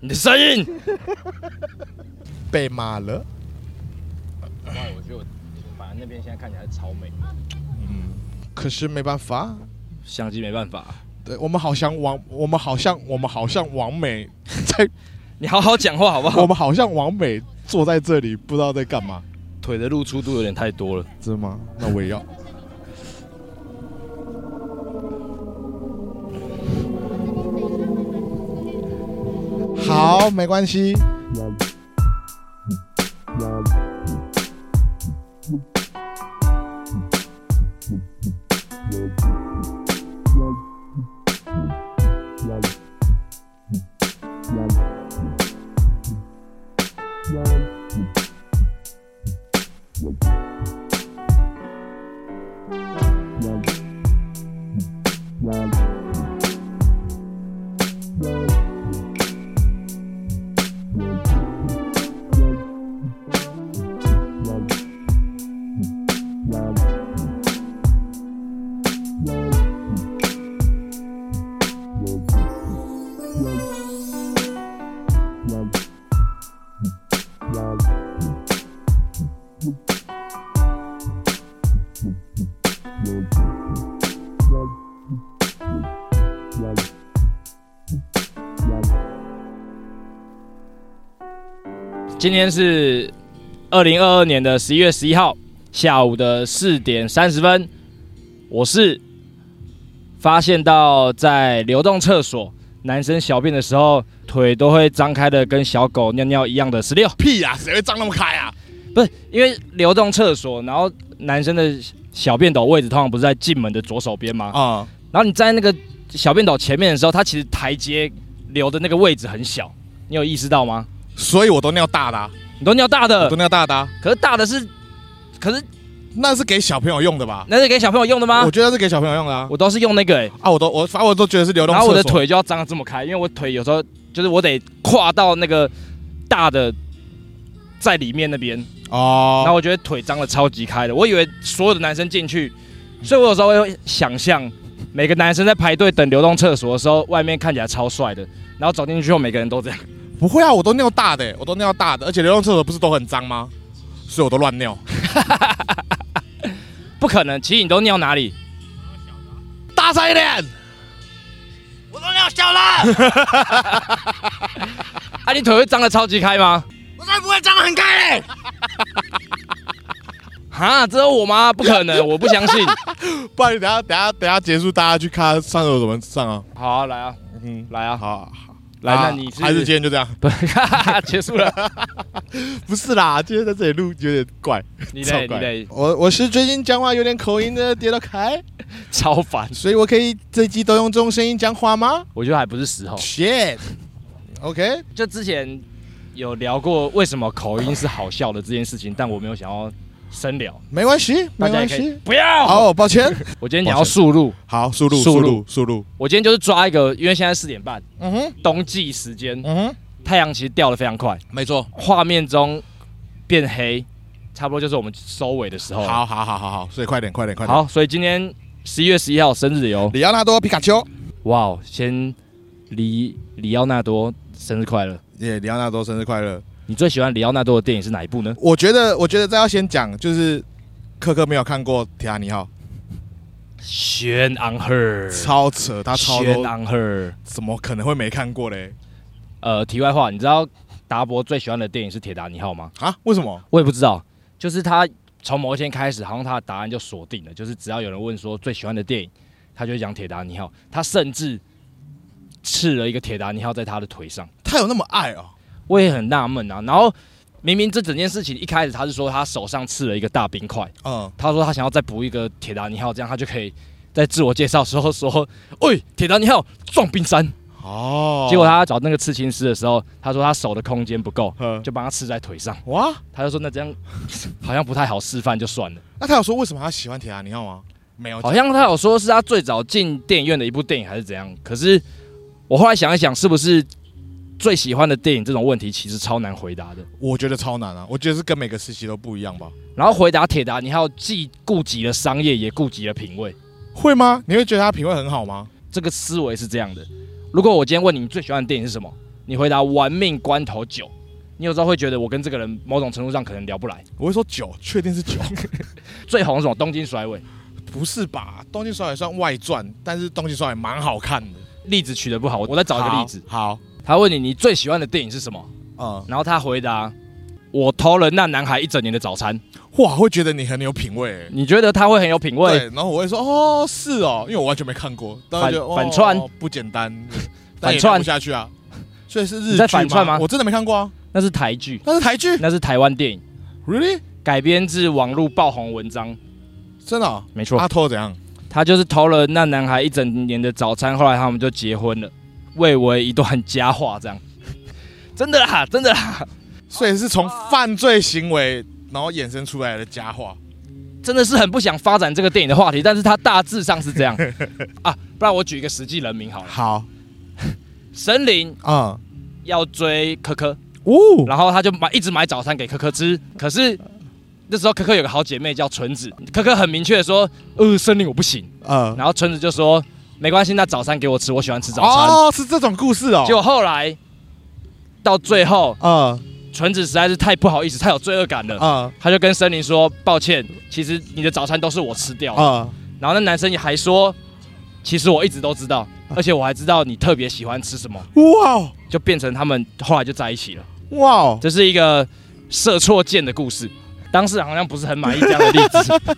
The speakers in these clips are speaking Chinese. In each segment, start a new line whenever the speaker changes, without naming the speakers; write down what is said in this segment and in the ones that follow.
你的声音，
被骂了。
哇，我觉得我反正那边现在看起来超美，
可是没办法，
相机没办法。
对我们好像王，我们好像我们好像王 美在，
你好好讲话好不
我
好？
们好像王美坐在这里，不知道在干嘛，
腿的露出度有点太多了。
真的吗？那我也要。好，没关系。
今天是二零二二年的十一月十一号下午的四点三十分，我是发现到在流动厕所男生小便的时候腿都会张开的跟小狗尿尿一样的十六，
屁呀、谁会张那么开啊？
不是因为流动厕所，然后男生的小便斗位置通常不是在进门的左手边吗？
啊、
然后你站在那个小便斗前面的时候，它其实台阶留的那个位置很小，你有意识到吗？
所以我都尿大的啊、
你都尿大
我
的
都，尿大的啊、
可是大的是，可是
那是给小朋友用的吧？
那是给小朋友用的吗
我？觉得是给小朋友用的啊。
我都是用那个、欸，
啊，我都我反正我都觉得是流动
然
厕
后
所。
我的腿就要张得这么开，因为我腿有时候就是我得跨到那个大的在里面那边，然
哦，
后我觉得腿张得超级开的，我以为所有的男生进去，所以我有时候会想象每个男生在排队等流动厕所的时候，外面看起来超帅的，然后走进去后每个人都这样。
不会啊，我都尿大的欸、我都尿大的，而且流动厕所不是都很脏吗？所以我都乱尿。
不可能，其实你都尿哪里？
大声一点！
我都尿小了，
啊，你腿会张得超级开吗？
我才不会张得很开嘞！
哈，只有我吗？不 可能，我不相信。
不然你等下等下等下结束，大家去看上厕所怎么上啊？
好啊、来啊，
嗯，
来啊，
好，好
来，
啊
那你是
还是今天就这样？
不 结束了？
不是啦，今天在这里录有点怪，
你
超
嘞，你
怪
嘞，
我我是最近讲话有点口音的，跌到开，
超烦。
所以我可以这一集都用这种声音讲话吗
我觉得还不是时候。
？Shit，OK，、OK？
就之前有聊过为什么口音是好笑的这件事情，但我没有想要深聊，
没关系，
大
没
家
关
也可以
系。
不要。
好，抱歉。
我今天讲要速录，
好，速录，
速
速
录
录，速录。
我今天就是抓一个，因为现在四点半，
嗯哼，
冬季时间，
嗯哼，
太阳其实掉的非常快，
没错。
画面中变黑，差不多就是我们收尾的时候。
好好好好好，所以快点，快点，快点。，
哦好，所以今天十一月十一号生日游，
里奥纳多皮卡丘，
哇哦，先里里奥纳多生日快乐！
耶，里奥纳多生日快乐！
你最喜欢里奥纳多的电影是哪一部呢？
我觉得，我觉得这要先讲，就是科科没有看过《铁达尼号
轩昂赫，》，
超扯，他超
轩
多，
昂赫。
怎么可能会没看过嘞？
呃，题外话，你知道达博最喜欢的电影是《铁达尼号》吗？
啊？为什么？
我也不知道，就是他从某一天开始，好像他的答案就锁定了，就是只要有人问说最喜欢的电影，他就会讲铁达尼号，他甚至刺了一个铁达尼号在他的腿上。
他有那么爱啊？
我也很纳闷啊。然后明明这整件事情一开始他是说他手上刺了一个大冰块，
嗯，
他说他想要再补一个铁达尼号，这样他就可以在自我介绍时候说：“喂，铁达尼号撞冰山。
哦
结果他找那个刺青师的时候，他说他手的空间不够，
嗯
就帮他刺在腿上。
哇，
他就说那这样好像不太好示范，就算了。
那他有说为什么他喜欢铁达尼号吗？没有讲，
好像他有说是他最早进电影院的一部电影还是怎样，可是我后来想一想，是不是最喜欢的电影这种问题其实超难回答的。
我觉得超难啊，我觉得是跟每个时期都不一样吧。
然后回答铁达尼号既顾及了商业，也顾及了品味，
会吗？你会觉得他品味很好吗？
这个思维是这样的。如果我今天问你你最喜欢的电影是什么，你回答《玩命关头九》，你有时候会觉得我跟这个人某种程度上可能聊不来。
我会说酒，确定是酒，
最红是什么？《东京甩尾》，
不是吧？东京双也算外传，但是东京双也蛮好看的。
例子取得不好，我再找一个例子。
好，
他问你你最喜欢的电影是什么，
好嗯，
然后他回答我投了那男孩一整年的早餐。
哇，会觉得你很有品味欸。
你觉得他会很有品味？
对，然后我会说哦，是哦，因为我完全没看过，当然觉得哦
反反串
不简单， 但
反
也
串
看不下去啊，所以是日
你
剧
在反串吗
我真的没看过啊，
那是台剧，
那是台剧
那是台湾电影，
，really
改编自网络爆红文章。
真的哦、
没错，
阿托怎样？
他就是投了那男孩一整年的早餐，后来他们就结婚了，蔚为一段佳话。这样，真的啦，真的啦，
所以是从犯罪行为然后衍生出来的佳话，
真的是很不想发展这个电影的话题，但是他大致上是这样啊。不然我举一个实际人名好了，
好
神灵
啊，
要追科科，
哦，
然后他就买一直买早餐给可可吃，可是那时候可可有个好姐妹叫纯子，可可很明确的说，呃，森林我不行。
呃，
然后村子就说没关系，那早餐给我吃，我喜欢吃早餐。
哦，是这种故事哦，
结果后来到最后，
啊
纯子实在是太不好意思，太有罪恶感了。
啊
他就跟森林说：“抱歉，其实你的早餐都是我吃掉的。
啊，
然后那男生也还说：“其实我一直都知道，
啊
而且我还知道你特别喜欢吃什么。
哇哦”
就变成他们后来就在一起了。
哇哦，
这是一个射错箭的故事。当事人好像不是很满意这样的例 子。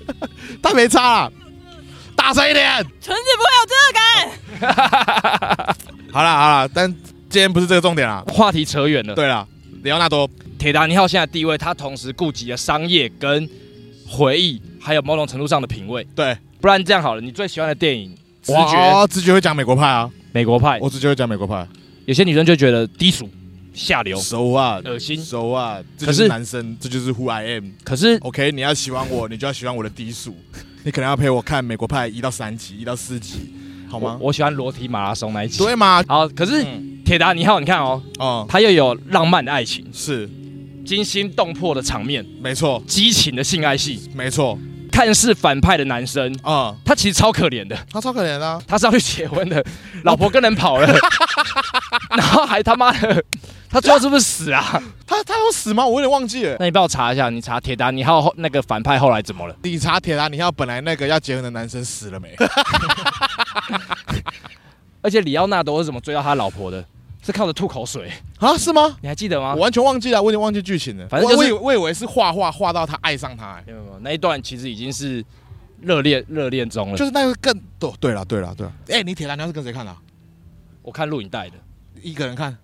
他没差啦，大声一点。
纯子不会有罪恶感。
好啦好啦，但今天不是这个重点啦。
话题扯远了。
对啦，里奥纳多
铁达尼号现在的地位，它同时顾及了商业跟回忆，还有某种程度上的品味。
对，
不然这样好了，你最喜欢的电影《直觉》
哇，直觉会讲美国派啊，
美国派》，
我直觉会讲美国派，
有些女生就觉得低俗、下流、
熟啊，
恶心。
熟啊，这
可
就是是男生，这就是 Who I am。
可是
OK，你要喜欢我，你就要喜欢我的低俗，你可能要陪我看美国派一到三集，一到四集，好
我
吗？
我喜欢裸体马拉松那一集。
对吗？
好，可是
嗯
铁达尼号，你看哦，
哦，
它又有浪漫的爱情、
是，
惊心动魄的场面、
没错，
激情的性爱戏，
没错，
看似反派的男生，
啊，
他其实超可怜的。
他超可怜的啊，
他是要去结婚 的，老婆跟人跑了，然后还他妈的，他最后是不是死 啊？
他他要死吗？我有点忘记了。
那你帮我查一下，你查铁达尼号后那个反派后来怎么了？
理查铁达尼号本来那个要结婚的男生死了 没？
而且里奥纳多是怎么追到他老婆的？是靠着吐口水，
啊，是吗？
你还记得吗
我？完全忘记了，我已经忘记剧情了。
反正就
我我以
是
为我以为是画画画到他爱上他、欸，
没有没有那一段其实已经是热恋热恋中了。
就是那个更对对了对了对了。哎、你铁达尼号是跟谁看的啊、
我看录影带的，
一个人看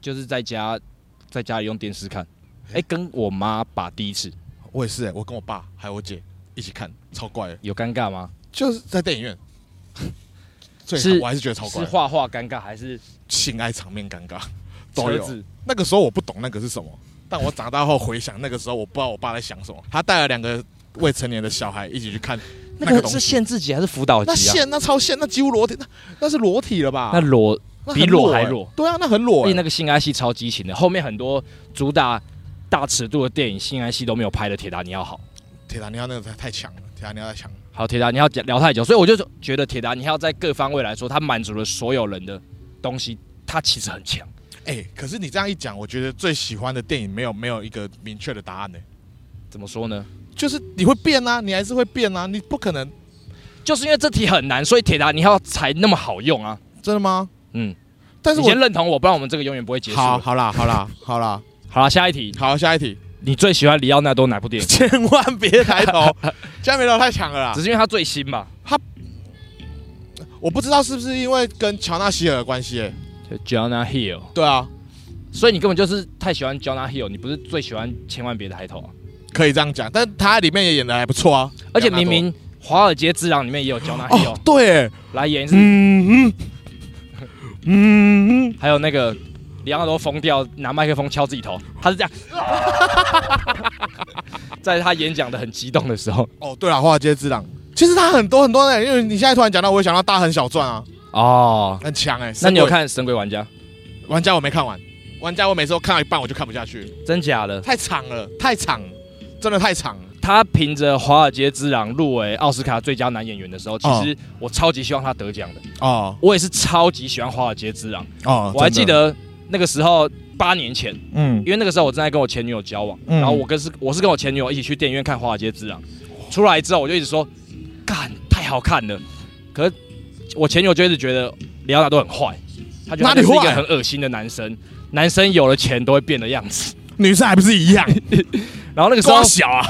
就是在家在家里用电视看，哎、跟我妈把第一次
我也是、欸，我跟我爸还有我姐一起看，超怪的，
有尴尬吗？就是
在电影 院。最
是
我还是觉得超怪
是
的，
画画尴尬还是
性爱场面 尴尬都
车
有。
子？
那个时候我不懂那个是什么，但我长大后回想，那个时候我不知道我爸在想什么。他带了两个未成年的小孩一起去看那
那
个
个
东
是
西，
限制级还是辅导级
那
啊？
线那超线那几乎裸体，那那是裸体了吧？
那裸
那很
比裸还
欸
裸
对啊，那很裸、欸
而且。哎那个性爱戏超激情的，后面很多主打大尺度的电影性爱戏都没有拍的《铁达尼号》好。
铁达尼号那个太太强了，铁达尼号太强了。
好，《铁达尼号》讲聊太久，所以我就觉得《铁达尼号》在各方位来说，它满足了所有人的东西，它其实很强。
哎、可是你这样一讲，我觉得最喜欢的电影没有没有一个明确的答案呢、欸
怎么说呢？
就是你会变啊，你还是会变啊，你不可能
就是因为这题很难，所以《铁达尼号》才那么好用啊！
真的吗？
嗯，
但是
你
我
先认同我，不然我们这个永远不会结束。
好，好啦好啦好 啦，
好了，下一题，
好下一题，
你最喜欢里奥纳多哪部 电影？
千万别抬头，加美罗太强了啦
只，是因为它最新吧？
他我不知道是不是因为跟乔纳希尔的关系、欸。
就 Jonah Hill，
对啊，
所以你根本就是太喜欢 Jonah Hill，你不是最喜欢千万别的 海头啊、
可以这样讲，但他里面也演的还不错啊。
而且明明《华尔街之狼》里面也有 Jonah
哦
Hill，、，
对欸，
来演一次，
嗯嗯嗯，
还有那个里昂纳多疯掉拿麦克风敲自己头，他是这样， 在他演讲的很激动的时候，
哦，对了，华尔街之狼，其实他很多很多的，因为你现在突然讲到，我也想到大亨小传啊，
哦，
很强哎、欸。
那你有
神
看《神鬼玩家》？
鬼玩家？我没看完，玩家我每次都看到一半我就看不下去，
真假的？
太长了，太长，真的太长了。
他凭着《华尔街之狼》入围奥斯卡最佳男演员的时候，其实我超级希望他得奖的。
哦
我也是超级喜欢《华尔街之狼》，
哦
我还记，得那个时候八年前，
嗯
因为那个时候我正在跟我前女友交往，
嗯
然后我跟是我是跟我前女友一起去电影院看《华尔街之狼》，出来之后我就一直说，干太好看了，可是我前女友就一直觉得里奥纳多很坏，他觉得
哪里
他就是一个
坏
很恶心的男生，男生有了钱都会变的样子。
女生还不是一 样，
然后那个时候
光小啊，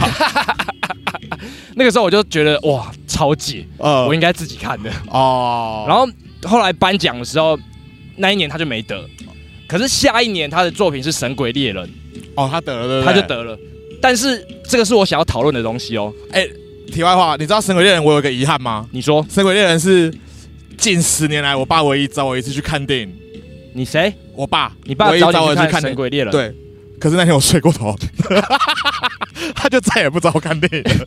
那个时候我就觉得哇超解，
呃
我应该自己看的。
哦，
然后后来颁奖的时候，那一年他就没得，可是下一年他的作品是《神鬼猎人
哦，他得了，对》，不
他
对
就。得了。但是这个是我想要讨论的东西哦。
题外话，你知道《神鬼猎人》我有一个遗憾吗？
你说
《神鬼猎人》是近十年来我爸唯一找我一次去看电影，
你谁？
我爸，
你爸
唯一
找
找
你
我
去看《
电
神
影，
鬼猎人》？，
对。可是那天我睡过头， 他就再也不找我看电影了。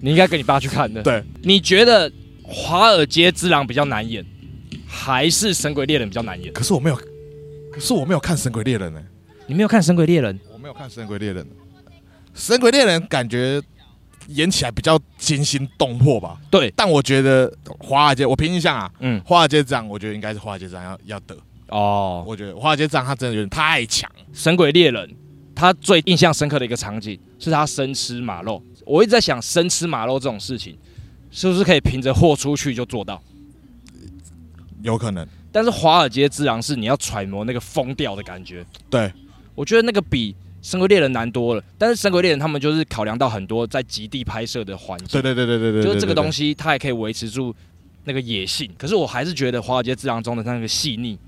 你应该跟你爸去看的。
对，
你觉得《华尔街之狼》比较难演，还是《神鬼猎人》比较难演？
可是我没有，可是我没有看《神鬼猎人》呢，欸
你没有看《神鬼猎人》？
我没有看《神鬼猎人》。《神鬼猎人》感觉演起来比较惊心动魄吧？
对，
但我觉得华尔街，我凭印象啊，
嗯，
华尔街之狼，我觉得应该是华尔街之狼要要得。
哦，
我觉得华尔街之狼他真的有点太强。
《神鬼猎人》他最印象深刻的一个场景是他生吃马肉。我一直在想，生吃马肉这种事情，是不是可以凭着豁出去就做到？
有可能，
但是《华尔街之狼》是你要揣摩那个疯掉的感觉。
对，
我觉得那个比《神鬼猎人》难多了。但是《神鬼猎人》他们就是考量到很多在极地拍摄的环境。
对对对对对对，
就是这个东
西，
西它也可以维持住那个野性。可是我还是觉得《华尔街之狼》中的那个细腻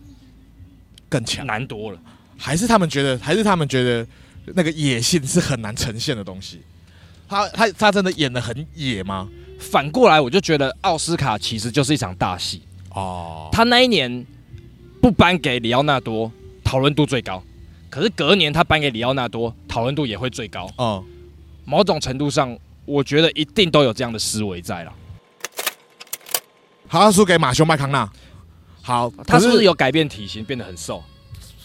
更强，
难多了。
还是他们觉得，还是他们觉得那个野性是很难呈现的东西。他他他真的演的很野吗？
反过来，我就觉得奥斯卡其实就是一场大戏。
哦，
他那一年不颁给里奥纳多，讨论度最高。可是隔年他颁给里奥纳多，讨论度也会最高。
哦，
某种程度上，我觉得一定都有这样的思维在了。
好，他输给马修麦康纳。好，
哦他是不
可
是？有改变体型，变得很瘦？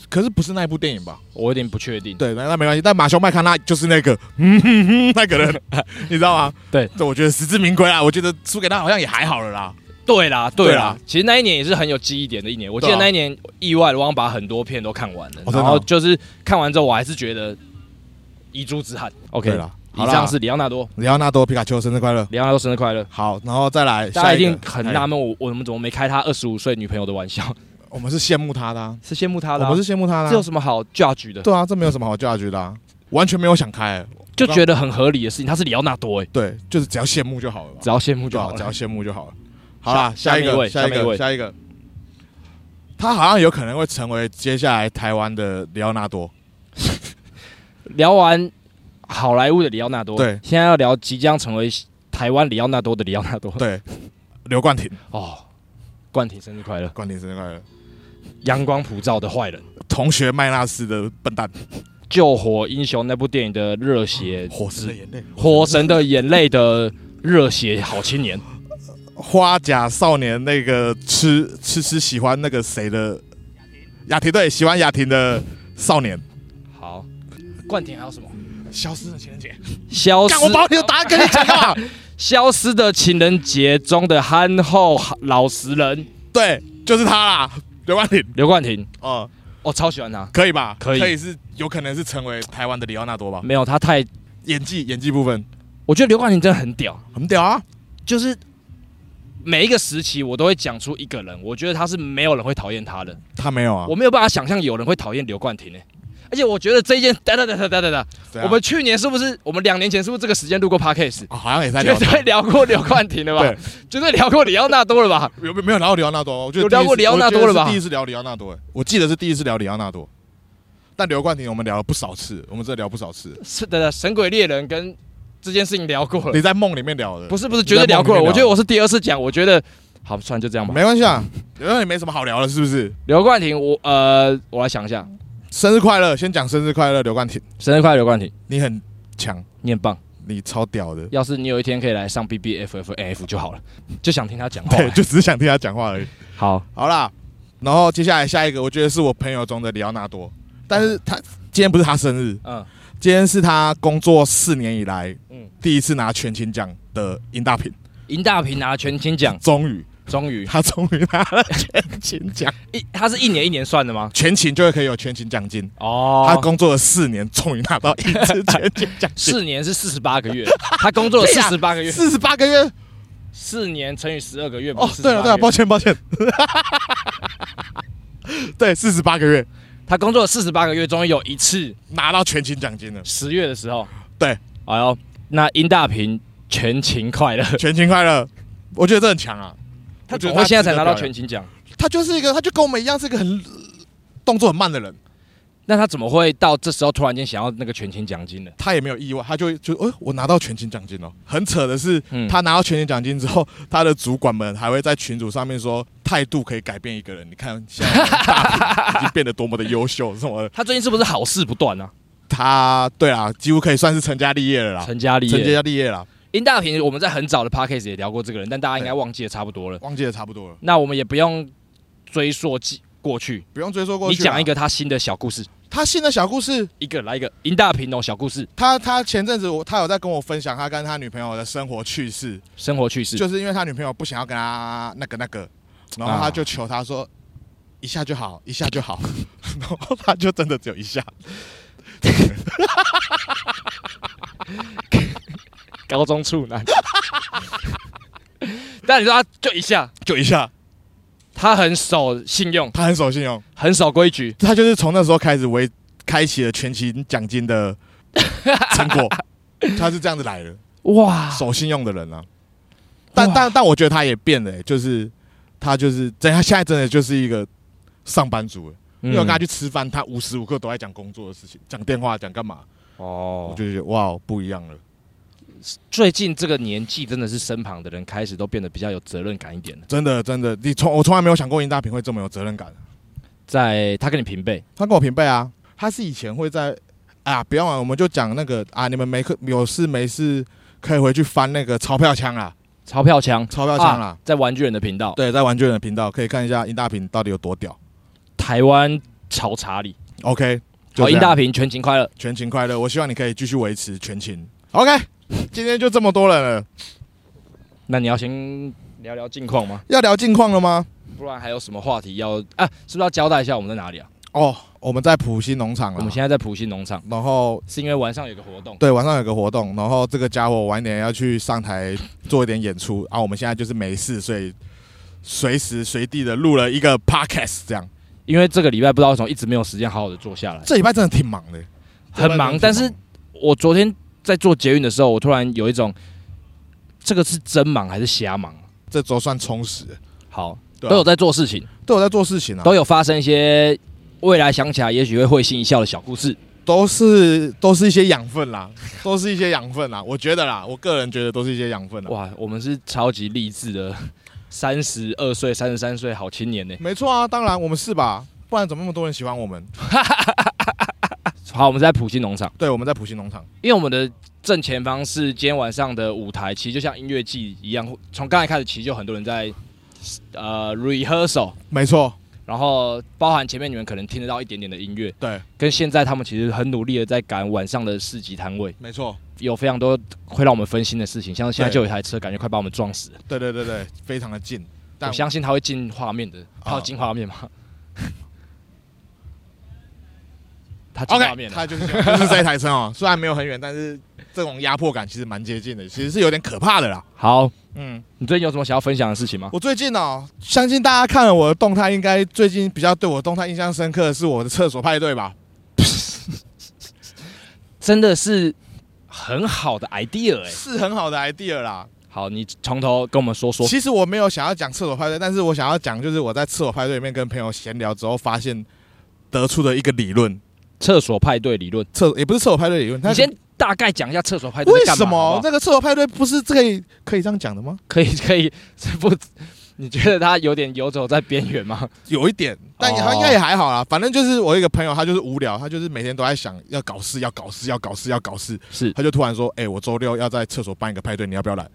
可是不是那一部电影吧？
我有点不确定。
对，那那没关系。但马修麦康纳就是那个， 嗯哼哼，那个人， 你知道吗？
对
这我觉得实至名归啦。我觉得输给他好像也还好了啦。
对啦，对
对
啦
啦，
其实那一年也是很有记忆点的一年。我记得
对啊
那一年意外的忘把很多片都看完了，
哦真的
然
哦
后就是看完之后，我还是觉得遗珠之憾。OK
对啦，
以
好啦
上是里奥纳多，
里奥纳多·皮卡丘生日快乐。
里奥纳多生日快乐！
好，然后再来，
大家
下
一定
个
很
哎
纳闷，我我们怎么没开他二十五岁女朋友的玩笑？
我们是羡慕他的啊、
是羡慕他的啊、
我们是羡慕他的啊、
这有什么好 judge 的？
对啊，这没有什么好 judge 的、啊，完全没有想开、
就觉得很合理的事情，他是里奥纳多哎，
对，就是只要羡慕就好了吧，
只要羡慕就
对啊
好
只
了
要。羡慕就好了。好啦，
下
下一
下面一
个，
位
下一
下面一位
个，下一个，他好像有可能会成为接下来台湾的里奥纳多。
聊完好莱坞的里奥纳多，
对
现在要聊即将成为台湾里奥纳多的里奥纳多。
对，刘冠廷，
哦，冠廷生日快乐！
冠廷生日快乐！
阳光普照的坏人。
同学麦纳斯的笨蛋，
《救火英雄》那部电影的热血，
火神的眼泪，
火神的眼泪的热血好青年，
花甲少年那个吃吃吃喜欢那个谁的雅婷，对，喜欢雅婷的少年，
好。冠廷还有什么？
消失的情人节，
消失
干，我把你的答案跟你讲啊干嘛？
消失的情人节中的憨厚老实人
对，就是他啦，刘冠廷，
刘冠廷，
哦、
我超喜欢他。
可以吧？
可以
可以是有可能是成为台湾的里奥纳多吧？
没有他太，
演技，演技部分
我觉得刘冠廷真的很屌，
很屌啊！
就是每一个时期我都会讲出一个人，我觉得他是没有人会讨厌他的，
他没有啊，
我没有办法想象有人会讨厌刘冠廷诶、欸而且我觉得这一件，等等等等等等等，
怎
我
样
们去年是不是，我们两年前是不是这个时间录过 podcast？
哦好像也在聊
绝， 对聊过刘冠廷了吧
对？
绝对聊过里奥纳多了吧？
有没有聊到里奥纳多？我觉得
有聊过
第一次
里奥纳多了吧
我觉得是第一次聊里奥纳多，哎我记得是第一次聊里奥纳多，但刘冠廷我们聊了不少次，我们这聊不少次，
是的，神鬼猎人跟这件事情聊过了
你，在梦里面聊的，
不是不是，绝对聊过
你在梦
了。
里面聊
我觉得我是第二次讲，我觉得好，算了，就这样吧。
没关系啊，刘冠廷没什么好聊的，是不是？
刘冠廷，我呃，我来想一下，
生日快乐，先讲生日快乐，刘冠廷，
生日快乐，刘冠廷，
你很强，
你很棒。
你超屌的，
要是你有一天可以来上 B B F F N F 就好了，就想听他讲话。
对， 就只是想听他讲话而已。
好，
好啦，然后接下来下一个，我觉得是我朋友中的里奥纳多，但是他今天不是他生日，
嗯，
今天是他工作四年以来，
嗯
第一次拿全勤奖的尹大平，
赢大平拿全勤奖，
终于
终于
他终于拿了全勤 奖，
一，他是一年一年算的吗？
全勤就会可以有全勤奖金。
哦，
他工作了四年，终于拿到一次全勤奖金，
四年是四十八个月，他工作了
对
四
啊
十八个月，
四十八个月。
四年乘以十二个月，
哦
不是，
对了对了，
48个月
抱歉抱歉， 对，四十八个月
他工作了四十八个月，终于有一次
拿到全勤奖金了，
十月的时候，
对，
哎呦，那殷大平全勤快乐，
全勤快乐，我觉得这很强啊。
他
我
怎
觉得
么会现在才拿到
值得表扬
全勤奖？
他就是一个，他就跟我们一样，是一个很呃动作很慢的人。
那他怎么会到这时候突然间想要那个全勤奖金呢？
他也没有意外，他就就哎、我拿到全勤奖金了。很扯的是，
嗯
他拿到全勤奖金之后，他的主管们还会在群组上面说，态度可以改变一个人。你看现在大已经变得多么的优秀，什么的
他最近是不是好事不断啊？
他对啊，几乎可以算是成家立业了 啦，
成家立
啊成
业。
家立业了，
殷大平，我们在很早的 podcast 也聊过这个人，但大家应该忘记的差不多了。
忘记的差不多了，
那我们也不用追溯记过去，
不用追溯过
你
去啦。啊
讲一个他新的小故事，
他新的小故事，
一个来一个殷大平哦，小故事，
他他前阵子我他有在跟我分享他跟他女朋友的生活趣事，
生活趣事。
就是啊因为他女朋友不想要跟他那个那个，然后他就求他说、一下就好，一下就好， 然后他就真的只有一下，
高中处男。 但你说他就一下，
就一下，
他很守信用，
他很守信用，
很守规矩，
他就是从那时候开始为开启了全勤奖金 的成果，他是这样子来的，
哇，
守信用的人啊。但但但我觉得他也变了、欸就是他就是真他现在真的就是一个上班族了。
嗯
因为我跟他去吃饭，他无时无刻都在讲工作的事情，讲电话，讲干嘛，我
哦，
就觉得哇，不一样了。
最近这个年纪真的是身旁的人开始都变得比较有责任感一点了，
真的真的，你从我从来没有想过尹大平会这么有责任感。
在他跟你平辈，
他跟我平辈啊，他是以前会在啊，不要玩，我们就讲那个啊，你们没课有事没事可以回去翻那个钞票枪啦，
钞票枪，
钞票枪啦。
啊在玩具人的频道，
对，在玩具人的频道可以看一下尹大平到底有多屌。
台湾炒茶里，
OK，就
好，
这样
殷大平全勤快乐，
全勤快乐，我希望你可以继续维持全勤。OK，今天就这么多人了，
那你要先聊聊近况吗？
要聊近况了吗？
不然还有什么话题要啊？是不是要交代一下我们在哪里啊？
哦，我们在普西农场了，
我们现在在普信农场，
然后
是因为晚上有个活动，
对，晚上有个活动，然后这个家伙晚一点要去上台做一点演出啊。我们现在就是没事，所以随时随地的录了一个 podcast，这样。
因为这个礼拜不知道为什么一直没有时间好好的坐下来，
这礼拜真的挺忙的，
很忙。
这
但
礼拜真的
是
挺忙
我昨天在做捷运的时候，我突然有一种，这个是真忙还是瞎忙？
这周算充实的，
好，
对啊
都有在做事情，
都有在做事情啊，
都有发生一些未来想起来也许会会心一笑的小故事。
都是都是一些养分啦，都是一些养分啦。我觉得啦，我个人觉得都是一些养分啦。
哇，我们是超级励志的，三十二岁、三十三岁好青年呢。
没错啊，当然我们是吧？不然怎么那么多人喜欢我们？
好，我们在普信农场。
对，我们在普信农场，
因为我们的正前方是今天晚上的舞台，其实就像音乐季一样，从刚才开始，其实就很多人在呃 rehearsal，
没错，
然后包含前面你们可能听得到一点点的音乐，
对，
跟现在他们其实很努力的在赶晚上的市集摊位，
没错，
有非常多会让我们分心的事情，像是现在
对
就有一台车感觉快把我们撞死了，
对对对对，非常的近。但
我相信它会进画面 的，它有进画面吗？它进画
OK，
面了
他就是这样就是这一台车哦，虽然没有很远，但是这种压迫感其实蛮接近的，其实是有点可怕的啦。
好，
嗯，
你最近有什么想要分享的事情吗？
我最近哦，相信大家看了我的动态，应该最近比较对我动态印象深刻的是我的厕所派对吧？
真的是很好的 idea 哎、
是很好的 idea 啦。
好，你从头跟我们说说。
其实我没有想要讲厕所派对，但是我想要讲就是我在厕所派对里面跟朋友闲聊之后发现得出的一个理论，
厕所派对理论，
厕也不是厕所派对理论，它
你先大概讲一下厕所派对
为
在干
什
嘛好不
么
好
那个厕所派对不是这个可以这样讲的吗？
可以可以是不？你觉得他有点游走在边缘吗？
有一点，但也
哦
应该也还好啦。反正就是我一个朋友，他就是无聊，他就是每天都在想要搞事，要搞事，要搞事，要搞事。
是
他就突然说：“哎、我周六要在厕所办一个派对，你要不要来？”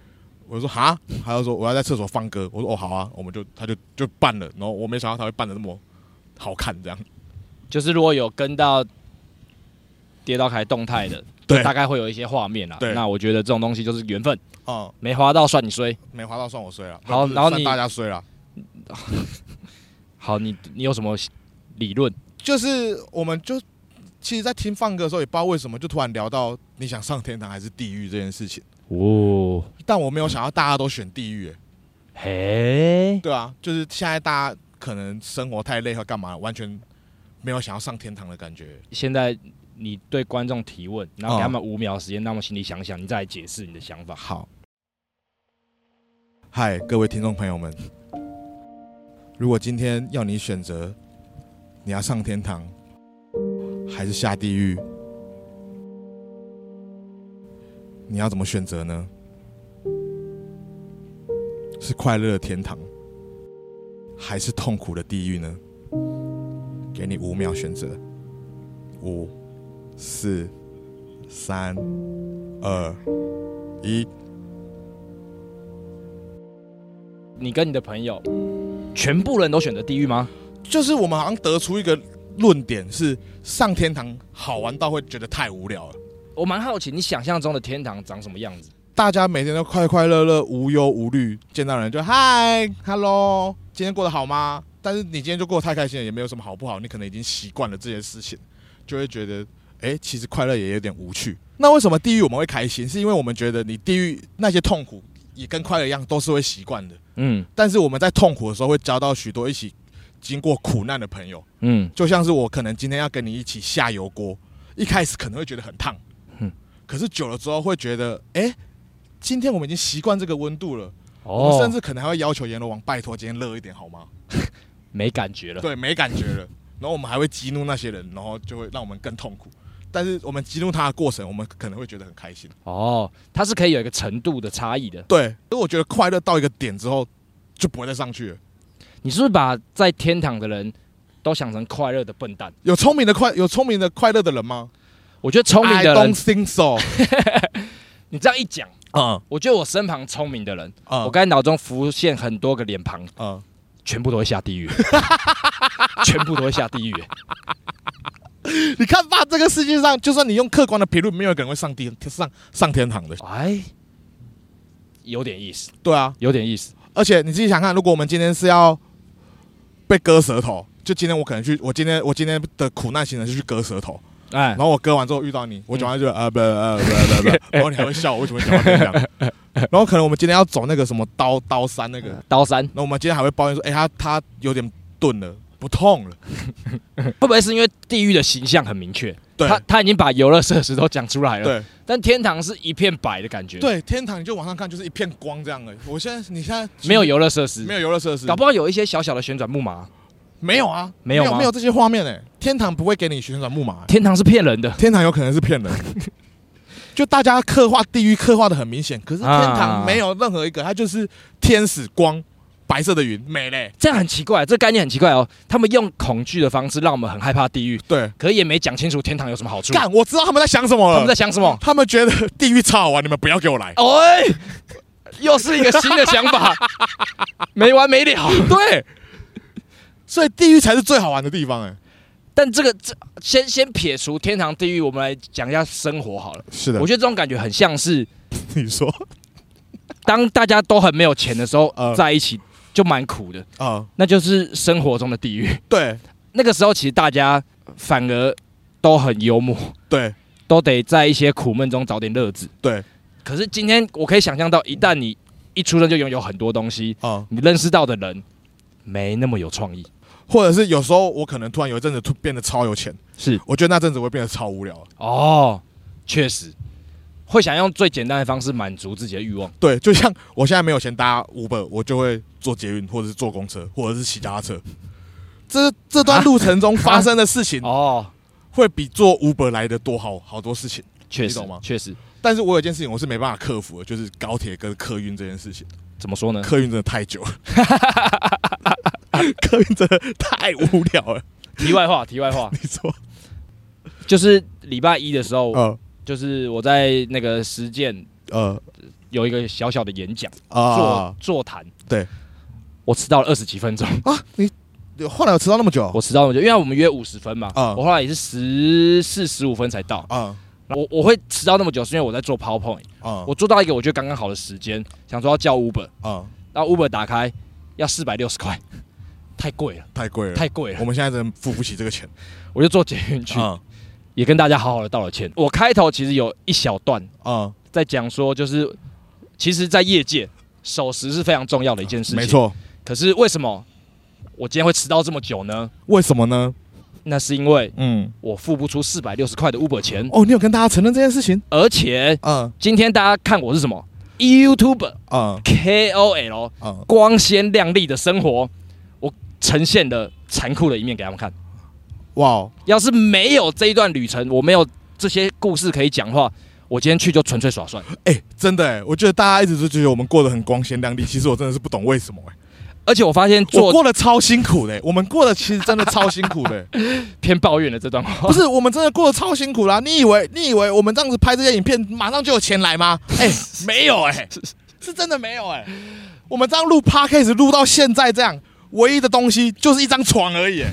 我说：“哈。”他就说：“我要在厕所放歌。”我说：“哦，好啊。”我们就他就就办了，然后我没想到他会办的那么好看，这样
就是如果有跟到跌倒凯动态的，
对
大概会有一些画面啦。啊
对
那我觉得这种东西就是缘分，
哦、
没划到算你衰。
没滑到算我衰了。
好
不是
然后
算
你
大家衰了，
好，你你有什么理论？
就是我们就其实，在听放歌的时候，也不知道为什么就突然聊到你想上天堂还是地狱这件事情，
哦，
但我没有想到大家都选地狱、欸
嘿，
对啊，就是现在大家可能生活太累或干嘛，完全没有想要上天堂的感觉。
现在你对观众提问，然后给
哦
他们五秒时间，让他们心里想想，你再来解释你的想法。
好，嗨，各位听众朋友们，如果今天要你选择，你要上天堂还是下地狱，你要怎么选择呢？是快乐的天堂，还是痛苦的地狱呢？给你五秒选择，五、四、三、二、一。
你跟你的朋友，全部人都选择地狱吗？
就是我们好像得出一个论点是，上天堂好玩到会觉得太无聊了。
我蛮好奇，你想象中的天堂长什么样子？
大家每天都快快乐乐、无忧无虑，见到人就嗨，hello，今天过得好吗？但是你今天就过得太开心了，也没有什么好不好，你可能已经习惯了这些事情，就会觉得，哎、其实快乐也有点无趣。那为什么地狱我们会开心？是因为我们觉得你地狱那些痛苦也跟快乐一样，都是会习惯的。
嗯
但是我们在痛苦的时候会交到许多一起经过苦难的朋友，
嗯，
就像是我可能今天要跟你一起下油锅，一开始可能会觉得很烫，
嗯
可是久了之后会觉得，哎、今天我们已经习惯这个温度了，
嗯哦
我们甚至可能还会要求阎罗王拜托今天热一点好 吗？
没感觉了。
对，没感觉了。然后我们还会激怒那些人，然后就会让我们更痛苦。但是我们激怒他的过程，我们可能会觉得很开心。
哦，它是可以有一个程度的差异的。
对，因为我觉得快乐到一个点之后就不会再上去了。
你是不是把在天堂的人都想成快乐的笨蛋？
有聪明的快，有聪明的快乐的人吗？
我觉得聪明的
I don't
人，
think so
你这样一讲，
嗯。
我觉得我身旁聪明的人，
嗯
我刚才脑中浮现很多个脸庞，
嗯，
全部都会下地狱， 全部都会下地狱。
你看吧，这个世界上，就算你用客观的评论，没有一个人会上天上上天堂的。
哎，有点意思，
对啊，
有点意思。
而且你自己想看，如果我们今天是要被割舌头，就今天我可能去，我今天我今天的苦难行程是去割舌 头，
哎
然，后我割完之后遇到你，我讲话就啊不啊不不不，然后你还会笑我为什么讲话这样，然后可能我们今天要走那个什么刀刀山那个，
刀山
那我们今天还会抱怨说，哎、他他有点钝了，不痛了，
会不会是因为地狱的形象很明确？
对
他他已经把游乐设施都讲出来了，
对。
但天堂是一片白的感觉，，
对，天堂你就往上看就是一片光这样的。我现在你现在
没有游乐设施，
没有游乐设施，
搞不好有一些小小的旋转木马。
没有啊，
没有吗
没有这些画面哎、天堂不会给你旋转木马、欸，
天堂是骗人的，
天堂有可能是骗人。 就大家刻画地狱刻画的很明显，可是天
啊
堂没有任何一个，它就是天使光、白色的云，美嘞、
这样很奇怪，这个概念很奇怪哦。他们用恐惧的方式让我们很害怕地狱，
对，
可也没讲清楚天堂有什么好处。
干，我知道他们在想什么了。
他们在想什么？
他们觉得地狱超好玩，你们不要给我来。
哎、又是一个新的想法， 没完没了。
对，所以地狱才是最好玩的地方哎、
但这个这先先撇除天堂地狱，我们来讲一下生活好了。
是的
我觉得这种感觉很像是
你说
当大家都很没有钱的时候
呃
在一起，就蛮苦的，
啊、
那就是生活中的地狱。
对
那个时候其实大家反而都很幽默，
对
都得在一些苦闷中找点乐子。
对
可是今天我可以想象到，一旦你一出生就拥有很多东西，
啊、
你认识到的人没那么有创意，
或者是有时候我可能突然有一阵子突变得超有钱，
是
我觉得那阵子我会变得超无聊。
哦，确实会想用最简单的方式满足自己的欲望。
对，就像我现在没有钱搭 Uber，我就会坐捷运，或者是坐公车，或者是骑脚踏车。这这段路程中发生的事情，
哦，
会比坐 Uber 来的多好好多事情。
确
你
实
懂吗，
确实，
但是我有一件事情我是没办法克服的，就是高铁跟客运这件事情。
怎么说呢？
客运真的太久了， 客运真的太无聊了。
题外话，题外话，
你说，
就是礼拜一的时候，
呃
就是我在那个实践
呃
有一个小小的演讲，
啊
座座谈，
对
我迟到了二十几分钟，
啊！你后来有迟到那么久
我迟到了，因为我们约五十分嘛，
啊
我后来也是十四十五分才到。
啊
我我会迟到那么久，是因为我在做 PowerPoint，
啊
我做到一个我觉得刚刚好的时间，想说要叫 Uber，
啊！
然后 Uber 打开要四百六十 块，太贵了，
太贵了，
太贵了
我，们现在真的付不起这个钱
我就坐捷运去，
啊
也跟大家好好的道了歉。我开头其实有一小段
啊！
在讲说，就是其实，在业界守时是非常重要的一件事情，
没。错，
可是为什么我今天会迟到这么久呢？
为什么呢？
那是因为
嗯，
我付不出四百六十块的 Uber 钱，
哦，你有跟大家承认这件事情？
而且
嗯
今天大家看我是什么 YouTuber、
嗯
KOL，
嗯，
光鲜亮丽的生活，我呈现了残酷的一面给他们看。
哇哦，
要是没有这一段旅程，我没有这些故事可以讲的话，我今天去就纯粹耍帅。
哎，真的哎，我觉得大家一直都觉得我们过得很光鲜亮丽，其实我真的是不懂为什么哎，
而且我发现
我
做
过得超辛苦的哎，我们过得其实真的超辛苦 的哎。
偏抱怨的这段话
不，是，我们真的过得超辛苦啦、你以为你以为我们这样子拍这些影片，马上就有钱来吗？哎、 没有哎、是真的没有哎、我们这样录 podcast 录到现在这样，唯一的东西就是一张床而 已、哎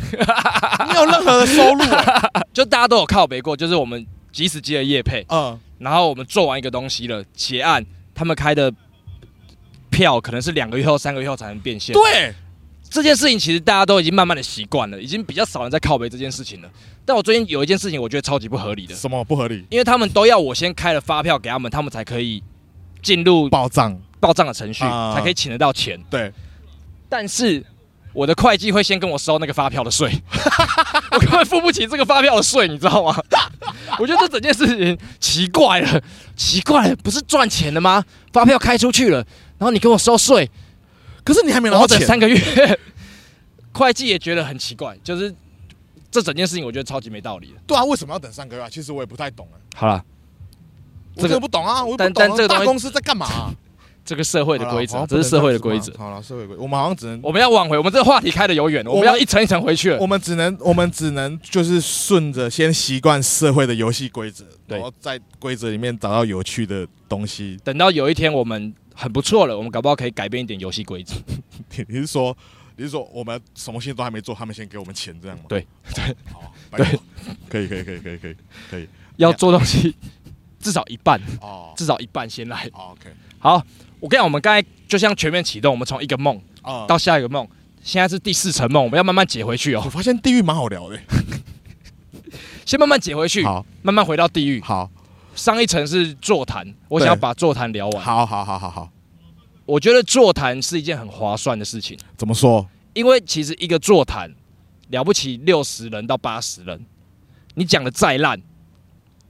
没有任何的收入、哎
就大家都有靠北过，就是我们即使接了业配，
嗯
然后我们做完一个东西了，结案，他们开的票可能是两个月后、三个月后才能变 现。
对，
这件事情，其实大家都已经慢慢的习惯了，已经比较少人在靠北这件事情了。但我最近有一件事情，我觉得超级不合理的，
什么不合理？
因为他们都要我先开了发票给他们，他们才可以进入
报账，
报账的程序，
啊
才可以请得到钱。
对，
但是我的会计会先跟我收那个发票的税， 我根本付不起这个发票的税，你知道吗？ 我觉得这整件事情奇怪了，奇怪了，不是赚钱的吗？发票开出去了，然后你跟我收税，
可是你还没
然
拿
后
到
等
钱，
三个月，会计也觉得很奇怪，就是这整件事情我觉得超级没道理的。
对啊，为什么要等三个月啊？其实我也不太懂哎、
好了，
我
这
真
个
的不懂啊，我也
但
不懂、啊、
但这个东西
大公司在干嘛、啊？
这个社会的
好啦
规则，
好像
这是社会的规
不
则
能这样子。嘛好了，社会规则，我们好像只能
我们要挽回，我们这个话题开的有远了，我
我
们
们
要一层一层回去了。
我们只能，我们只能就是顺着先习惯社会的游戏规则，
对
然后在规则里面找到有趣的东西。
等到有一天我们很不错了，我们搞不好可以改变一点游戏规则。
你你是说，你是说我们什么事情都还没做，他们先给我们钱这样吗？
对
对，好，拜托，可以可以可以可以可以可以，
要做东西， 至少一半，
哦
至少一半先来。
哦，OK，
好，我跟你讲，我们刚才就像全面启动，我们从一个梦
啊，
到下一个梦，现在是第四层梦，我们要慢慢解回去
我
哦，
发现地狱蛮好聊的。
先慢慢解回去，
好，
慢慢回到地狱。
好，
上一层是座谈，我
对
想要把座谈聊完。
好，好，好，好，好，
我觉得座谈是一件很划算的事情，
怎么说？
因为其实一个座谈了不起六十人到八十人，你讲的再烂，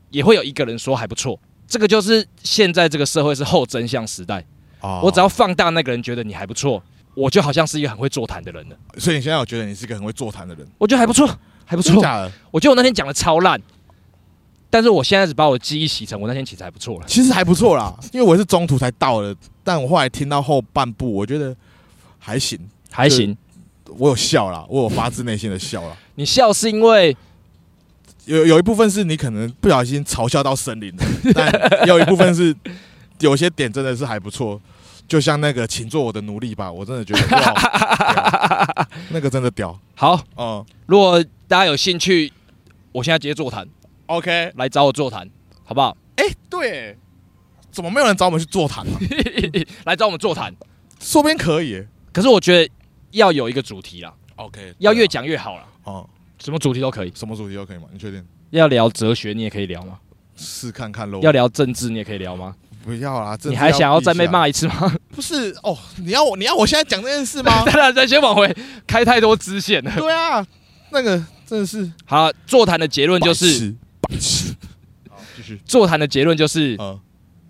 也会有一个人说还不错。这个就是现在这个社会是后真相时代，
哦
我只要放大那个人觉得你还不错，我就好像是一个很会座谈的人了。
所以你现在我觉得你是一个很会座谈的人，
我觉得还不错，还不
真
错。
假的？
我觉得我那天讲的超烂，但是我现在只把我记忆洗成我那天其实还不错了。
其实还不错啦， 因为我是中途才到的，但我后来听到后半部，我觉得还行，
还
就
行。
我有笑啦，我有发自内心的笑啦。
你笑是因为
有有一部分是你可能不小心嘲笑到森林的， 但有一部分是有些点真的是还不错，就像那个请做我的奴隶吧，我真的觉得哇，屌那个真的屌，
好。
嗯
如果大家有兴趣，我现在直接座谈，
，OK，
来找我座谈，好不好？
哎、对，怎么没有人找我们去座谈啊？
来找我们座谈。
说不定可以、
可是我觉得要有一个主题啦，
OK，
要越讲越好啦，
哦、
什么主题都可以。
什么主题都可以吗？你确定？
要聊哲学，你也可以聊吗？
试看看喽。
要聊政治，你也可以聊吗？
不要啦，这
你还想要啊再被
骂？
骂一次吗？？
不是哦，你要我你要我现在讲这件事吗
当然，咱先往回开太多支线了。
对啊，那个真的是
好，座谈的结论就是
白痴，白痴。好，继续。续，
座谈的结论就是，
呃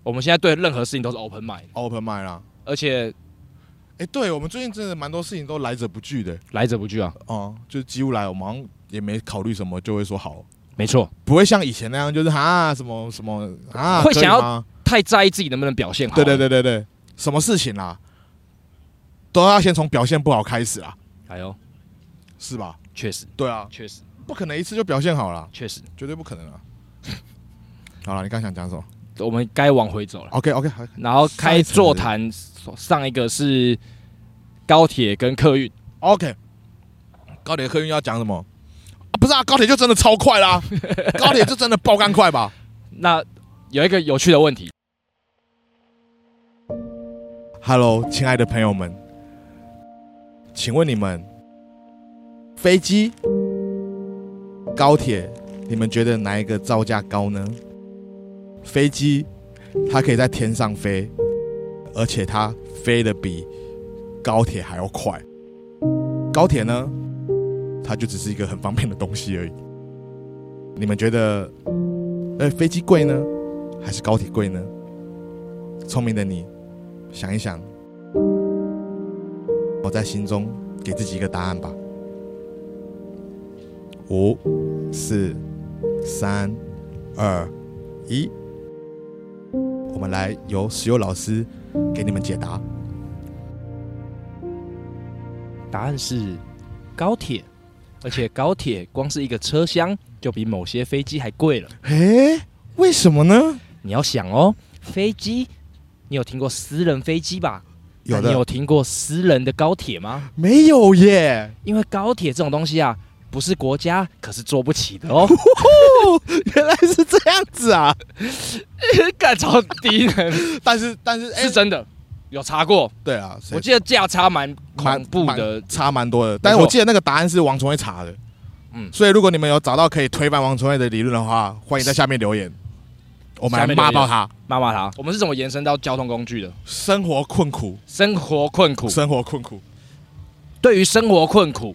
我们现在对任何事情都是 open mind，
，open mind 啦。
而且
哎，对我们最近真的蛮多事情都来者不拒的，
来者不拒啊。
哦，就是几乎来，我们好像也没考虑什么，就会说好，
没错，
不会像以前那样，就是啊什么什么啊，
会想要
可以吗
太在意自己能不能表现好。
对对，对对对，什么事情啦，都要先从表现不好开始啦，
哎呦，
是吧？
确实，
对啊，
确实，
不可能一次就表现好啦，
确实，
绝对不可能啊。 好了，你刚想讲什么
我们该往回走了。
？OK OK，好，
然后
上
开
一层
座谈，上一个是高铁跟客运，
OK，高铁客运要讲什么？啊不是啊，高铁就真的超快啦，高铁就真的爆干快吧？
那有一个有趣的问题，
Hello，亲爱的朋友们，请问你们飞机、高铁，你们觉得哪一个造价高呢？飞机它可以在天上飞，而且它飞得比高铁还要快。高铁呢，它就只是一个很方便的东西而已。你们觉得，呃，飞机贵呢，还是高铁贵呢？聪明的你，想一想，我在心中给自己一个答案吧。五、四、三、二、一，我们来由石油老师给你们解答。
答案是高铁，而且高铁光是一个车厢就比某些飞机还贵了。
诶，为什么呢？
你要想哦，飞机，你有听过私人飞机吧？
有
哎那
的
你有听过私人的高铁吗？
没有耶？
因为高铁这种东西啊，不是国家可是做不起的哦。
原来是这样子啊！
干超低能，
但是但是， 哎
是，真的，有查过，
对啊，谁
我记得价差蛮
蛮
恐怖的
蛮，差蛮多的。但是我记得那个答案是王崇惠查的，嗯
嗯，
所以如果你们有找到可以推翻王崇惠的理论的话，欢迎在下面留言，我们来
下面留
骂
言
爆他。
骂骂他。我们是怎么延伸到交通工具的？
生活困苦，
生活困苦，
生活困苦，
对于生活困苦，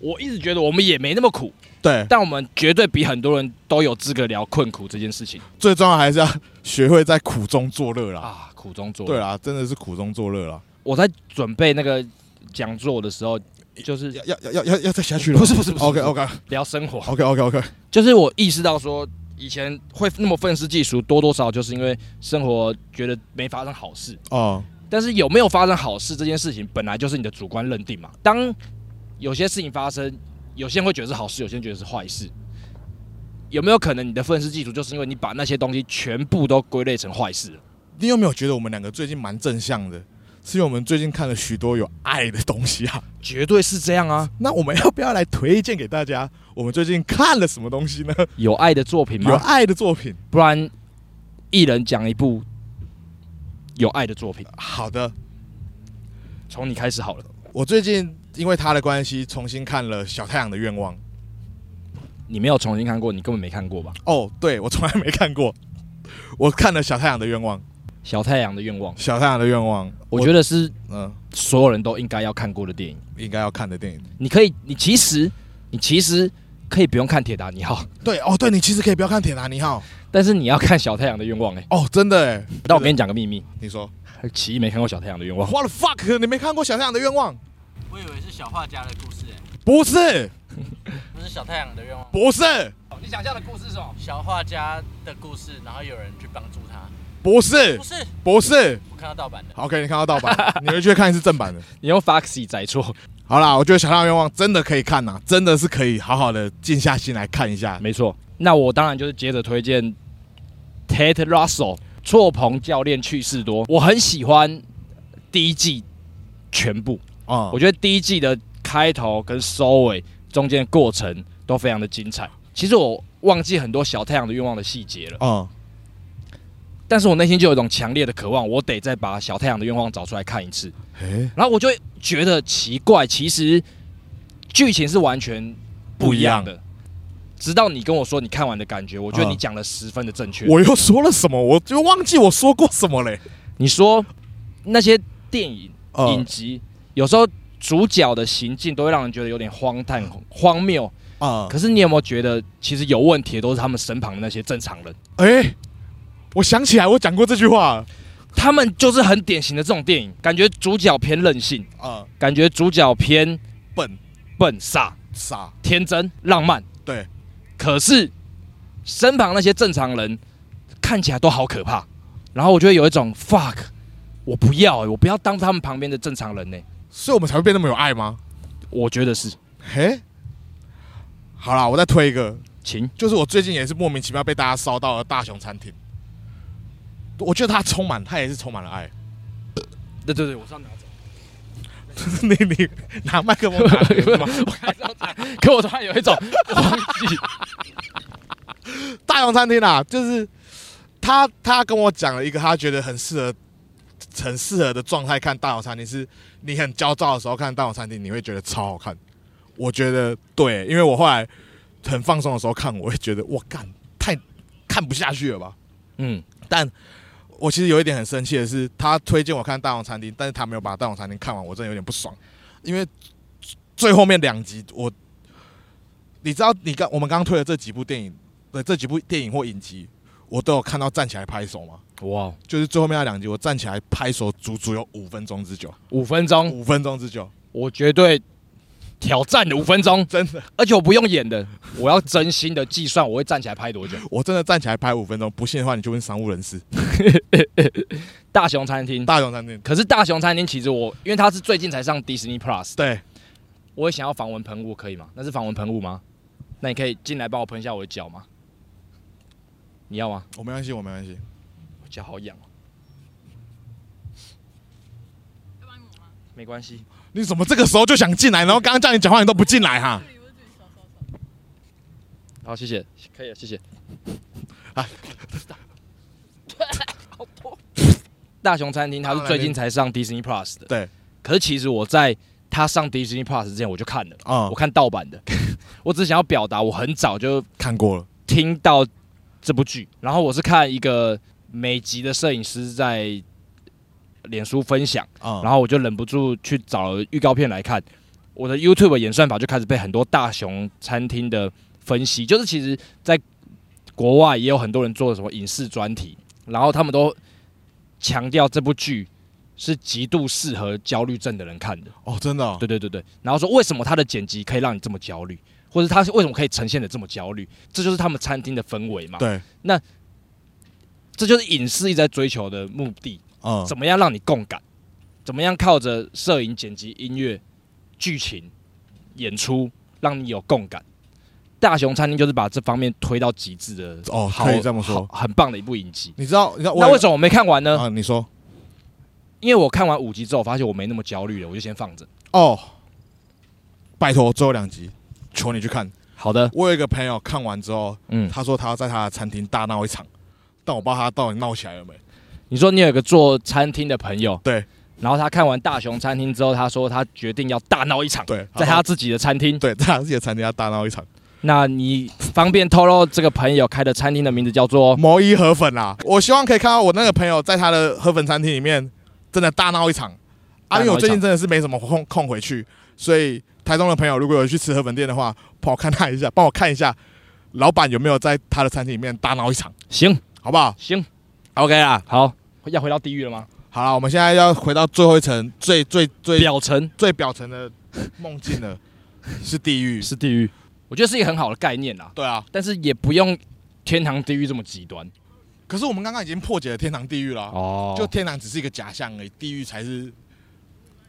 我一直觉得我们也没那么苦，
对，
但我们绝对比很多人都有资格聊困苦这件事情
最重要还是要学会在苦中作乐啦。
啊，苦中作乐。
对啊，真的是苦中作乐啦。
我在准备那个讲座的时候，就是
要要要要要要再下去了吗？
不是不是不是
OK OK
聊生活，
OK OK OK，
就是我意识到说，以前会那么愤世嫉俗，多多少少就是因为生活觉得没发生好事。
哦，
但是有没有发生好事这件事情，本来就是你的主观认定嘛。当有些事情发生，有些人会觉得是好事，有些人觉得是坏事。有没有可能你的愤世嫉俗，就是因为你把那些东西全部都归类成坏事了？
你有没有觉得我们两个最近蛮正向的？是因为我们最近看了许多有爱的东西啊。
绝对是这样啊！
那我们要不要来推荐给大家？我们最近看了什么东西呢？
有爱的作品
有
吗？
爱的作品。
不然一人讲一部有爱的作品，
好的，
从你开始好了。
我最近因为他的关系重新看了《小太阳的愿望》。
你没有重新看过，你根本没看过吧？
哦，对，我从来没看过。我看了小太阳的愿望《
《小太阳的愿望》，
小太阳的愿望》，
我觉得是
嗯、
所有人都应该要看过的电影。
应该要看的电影。
你可以，你其实，你其实可以不用看《铁达尼号》，
对哦，对你其实可以不要看《铁达尼号
但是你要看《小太阳的愿望》哎，》
哦，真的哎。
那我跟你讲个秘密，
你说
奇艺没看过《小太阳的愿望》，
，What the fuck？你没看过《小太阳的愿望》？
我以为是小画家的故事、哎，
不是，
不是小太阳的愿望。
不是，
你想象的故事是什么？
小画家的故事，然后有人去帮助他。
不是
不，是，
不是。
我看到盗版的。
OK，你看到盗 版，你回去看一次正版的。
你用 Foxy 载错，
好啦，我觉得《小太阳愿望》真的可以看呐、真的是可以好好的静下心来看一下。
没错。啊那我当然就是接着推荐 Ted Russell 错棚教练去世多，我很喜欢第一季全部，
啊、
我觉得第一季的开头跟收尾中间的过程都非常的精彩。其实我忘记很多《小太阳的愿望》的细节了。
嗯，
但是我内心就有一种强烈的渴望，我得再把小太阳的愿望找出来看一次。
诶，
然后我就会觉得奇怪，其实剧情是完全不一样啊的。直到你跟我说你看完的感觉，我觉得
嗯
你讲的十分的正确。
我又说了什么？我就忘记我说过什么嘞。
你说那些电影、
嗯
嗯影集，有时候主角的行径都会让人觉得有点荒诞、荒谬，
啊，
可是你有没有觉得，其实有问题的都是他们身旁的那些正常人，
哎，我想起来我讲过这句话了
他们就是很典型的这种电影，感觉主角偏任性，
啊，
感觉主角偏
笨
笨傻、
傻，
天真、浪漫。
对，
可是身旁那些正常人看起来都好可怕，然后我就会有一种 fuck，我不要、欸，我不要当他们旁边的正常人呢、欸
所以我们才会变那么有爱吗？
我觉得是，
嘿，好啦，我再推一个，
请
就是我最近也是莫名其妙被大家烧到了大雄餐厅。我觉得他充满，他也是充满了爱。
对对对，我上拿走。
你你拿麦克 风打嗝是吗？
我刚才这样讲，可我突然有一种忘记，
大雄餐厅啊，就是他他跟我讲了一个他觉得很适合、很适合的状态看大雄餐厅，是你很焦躁的时候看大雄餐厅，你会觉得超好看。我觉得对，因为我后来很放松的时候看，我会觉得我干太看不下去了吧。
嗯，
但我其实有一点很生气的是，他推荐我看《大王餐厅》，但是他没有把《大王餐厅》看完，我真的有点不爽，因为最后面两集我，你知道，你刚我们刚刚推的这几部电影，对这几部电影或影集，我都有看到站起来拍手嘛，
哇，哦
就是最后面那两集，我站起来拍手足足有五分钟之久，
五分钟，
五分钟之久，
我绝对挑战的五分钟，
真的，
而且我不用演的，我要真心的计算我会站起来拍多久。
我真的站起来拍五分钟，不信的话你就问商务人士。
大熊餐厅，
大王餐厅，
可是大熊餐厅其实我，因为它是最近才上 Disney Plus，
对，
我也想要防蚊喷雾，可以吗？那是防蚊喷雾吗？那你可以进来帮我喷一下我的脚吗？你要吗？
我没关系，我没关系，
我脚好痒哦，
要帮你抹吗？
没关系。
你怎么这个时候就想进来？然后刚刚叫你讲话你都不进来哈、
这里我举小小
好，谢谢，可以了，谢谢。
啊
好痛！ 大熊餐厅它是最近才上 Disney Plus 的，
对。
可是其实我在它上 Disney Plus 之前我就看了，
啊、
我看盗版的。 我只想要表达，我很早就
看过了，
听到这部剧，然后我是看一个美籍的摄影师在脸书分享，
啊、
然后我就忍不住去找了预告片来看。我的 YouTube 演算法就开始被很多大熊餐厅的分析，就是其实在国外也有很多人做什么影视专题，然后他们都强调这部剧是极度适合焦虑症的人看的。
哦，真的、哦，
对对对对，然后说为什么他的剪辑可以让你这么焦虑，或者他是为什么可以呈现的这么焦虑，这就是他们餐厅的氛围嘛。
对，
这就是影视一直在追求的目的，
嗯，
怎么样让你共感，怎么样靠着摄影、剪辑、音乐、剧情、演出，让你有共感。大熊餐厅就是把这方面推到极致的，
哦，
好
可以这么说
好。很棒的一部影集。
你知道，你知道
那为什
么
么我没看完呢？
啊？你说，
因为我看完五集之后，我发现我没那么焦虑了，我就先放着。
哦，拜托，最后两集，求你去看。
好的，
我有一个朋友看完之后，
嗯，
他说他要在他的餐厅大闹一场，但我不知道他到底闹起来了没。
你说你有一个做餐厅的朋友，
对，
然后他看完大熊餐厅之后，他说他决定要大闹一场，
对，
在
他
他自己的餐厅。
对在他自己的餐厅要大闹一场。
那你方便透露这个朋友开的餐厅的名字叫做？
毛衣河粉啦，我希望可以看到我那个朋友在他的河粉餐厅里面真的大闹一场。啊，因为我最近真的是没什么空空回去，所以台中的朋友如果有去吃河粉店的话，帮我看他一下，帮我看一下老板有没有在他的餐厅里面大闹一场，
行
好不好
行，
？OK 啦，
好，要回到地狱了吗？
好了，我们现在要回到最后一层最最最
表层
最表层的梦境了，是地 狱。
是地狱，我觉得是一个很好的概念啦，
对啊，
但是也不用天堂地狱这么极端
可是我们刚刚已经破解了天堂地狱了，啊
哦
就天堂只是一个假象而已，地狱才是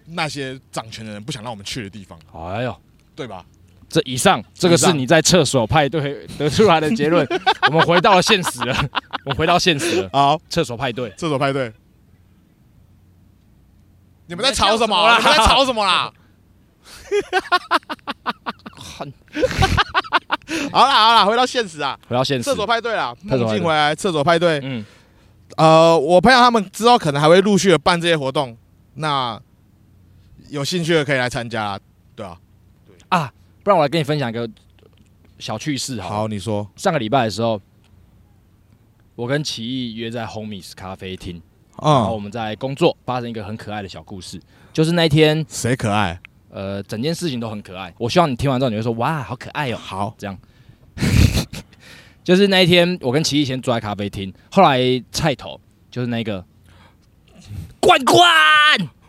那些掌权的人不想让我们去的地方，
哎呦，
对吧？
这以上这个
以
是
上
你在厕所派对得出来的结 论，我们回到了现实了，我们回到现实了，
好，
厕所派对。
厕所派对，你们在
你在
吵什么啊
笑什么啦
你们在吵什么啦？啊 好啦好啦，回到现实啊，
回到现实，
厕所派对啦，
厕所派对
梦境回来，厕所派对。
嗯，
呃，我朋友他们之后可能还会陆续的办这些活动，那有兴趣的可以来参加啦，对啊。
不然我来跟你分享一个小趣事好了。
好，你说
上个礼拜的时候，我跟奇艺约在 Homies 咖啡厅，然后我
嗯，
们在工作，发生一个很可爱的小故事。就是那一天，
谁可爱？
呃，整件事情都很可爱。我希望你听完之后，你会说哇，好可爱哦。
好，
就是那一天，我跟奇艺先坐在咖啡厅，后来菜头就是那个罐罐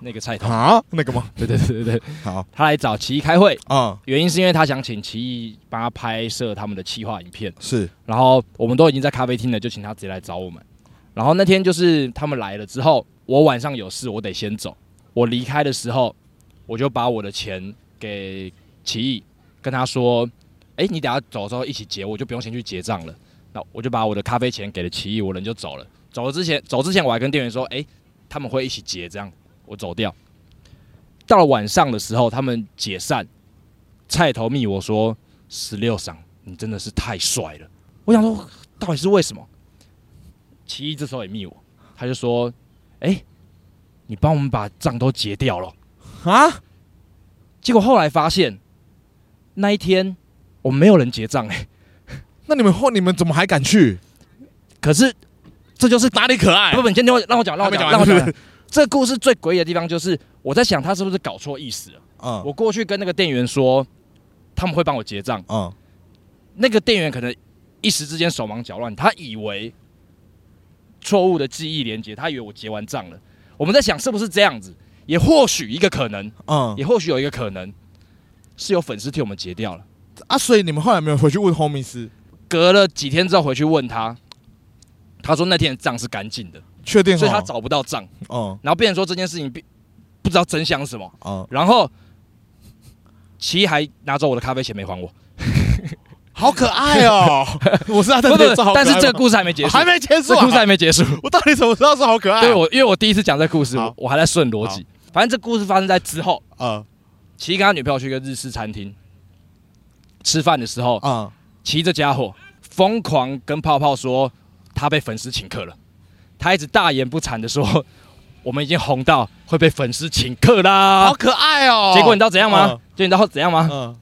那个菜头，
好，啊那个吗？
对对对对对，
好，
他来找奇艺开会，
嗯，
原因是因为他想请奇艺帮他拍摄他们的企划影片。
是，
然后我们都已经在咖啡厅了，就请他直接来找我们。然后那天就是他们来了之后，我晚上有事，我得先走。我离开的时候，我就把我的钱给奇艺，跟他说：“哎，你等下走的时候一起结，我就不用先去结账了。”那我就把我的咖啡钱给了奇艺，我人就走了。走了之前，走之前我还跟店员说：“哎，他们会一起结，这样我走掉。”到了晚上的时候，他们解散，菜头密我说：“十六赏，你真的是太帅了。”我想说，到底是为什么？奇艺这时候也密我，他就说：“哎、你帮我们把账都结掉了。
啊，”
结果后来发现，那一天我们没有人结账哎、
那你们后你们怎么还敢去？
可是这就是
哪里可爱
不？不，你先听我让我讲，让我讲，
还
让
没
我
讲完
讲。这个故事最诡异的地方就是，我在想他是不是搞错意思了。
嗯
我过去跟那个店员说，他们会帮我结账，
嗯，
那个店员可能一时之间手忙脚乱，他以为错误的记忆连接，他以为我结完账了。我们在想是不是这样子，也或许一个可能，
嗯
也或许有一个可能是有粉丝替我们结掉了。
啊，所以你们后来没有回去问 homies，
隔了几天之后回去问他，他说那天的账是干净的，
确定？哦
所以他，找不到账，
嗯
然后变成说这件事情并不知道真相是什么，
嗯，
然后奇艺还拿走我的咖啡钱没还我，
好可爱哦！ 我是他
不
的
不
脸，
不，但是这个
事
故事还没结束，
还没结束
这故事
啊！
还没结束。
我到底怎么知道是好可爱啊？
对我，因为我第一次讲这故事，
好
我我还在顺逻辑。反正这故事发生在之后，
嗯
奇跟他女朋友去一个日式餐厅吃饭的时候，
嗯，
奇这家伙疯狂跟泡泡说他被粉丝请客了，他一直大言不惭的说我们已经红到会被粉丝请客啦
好。可爱哦！
结果你知道怎样吗
嗯？
结果你知道怎样吗？
嗯，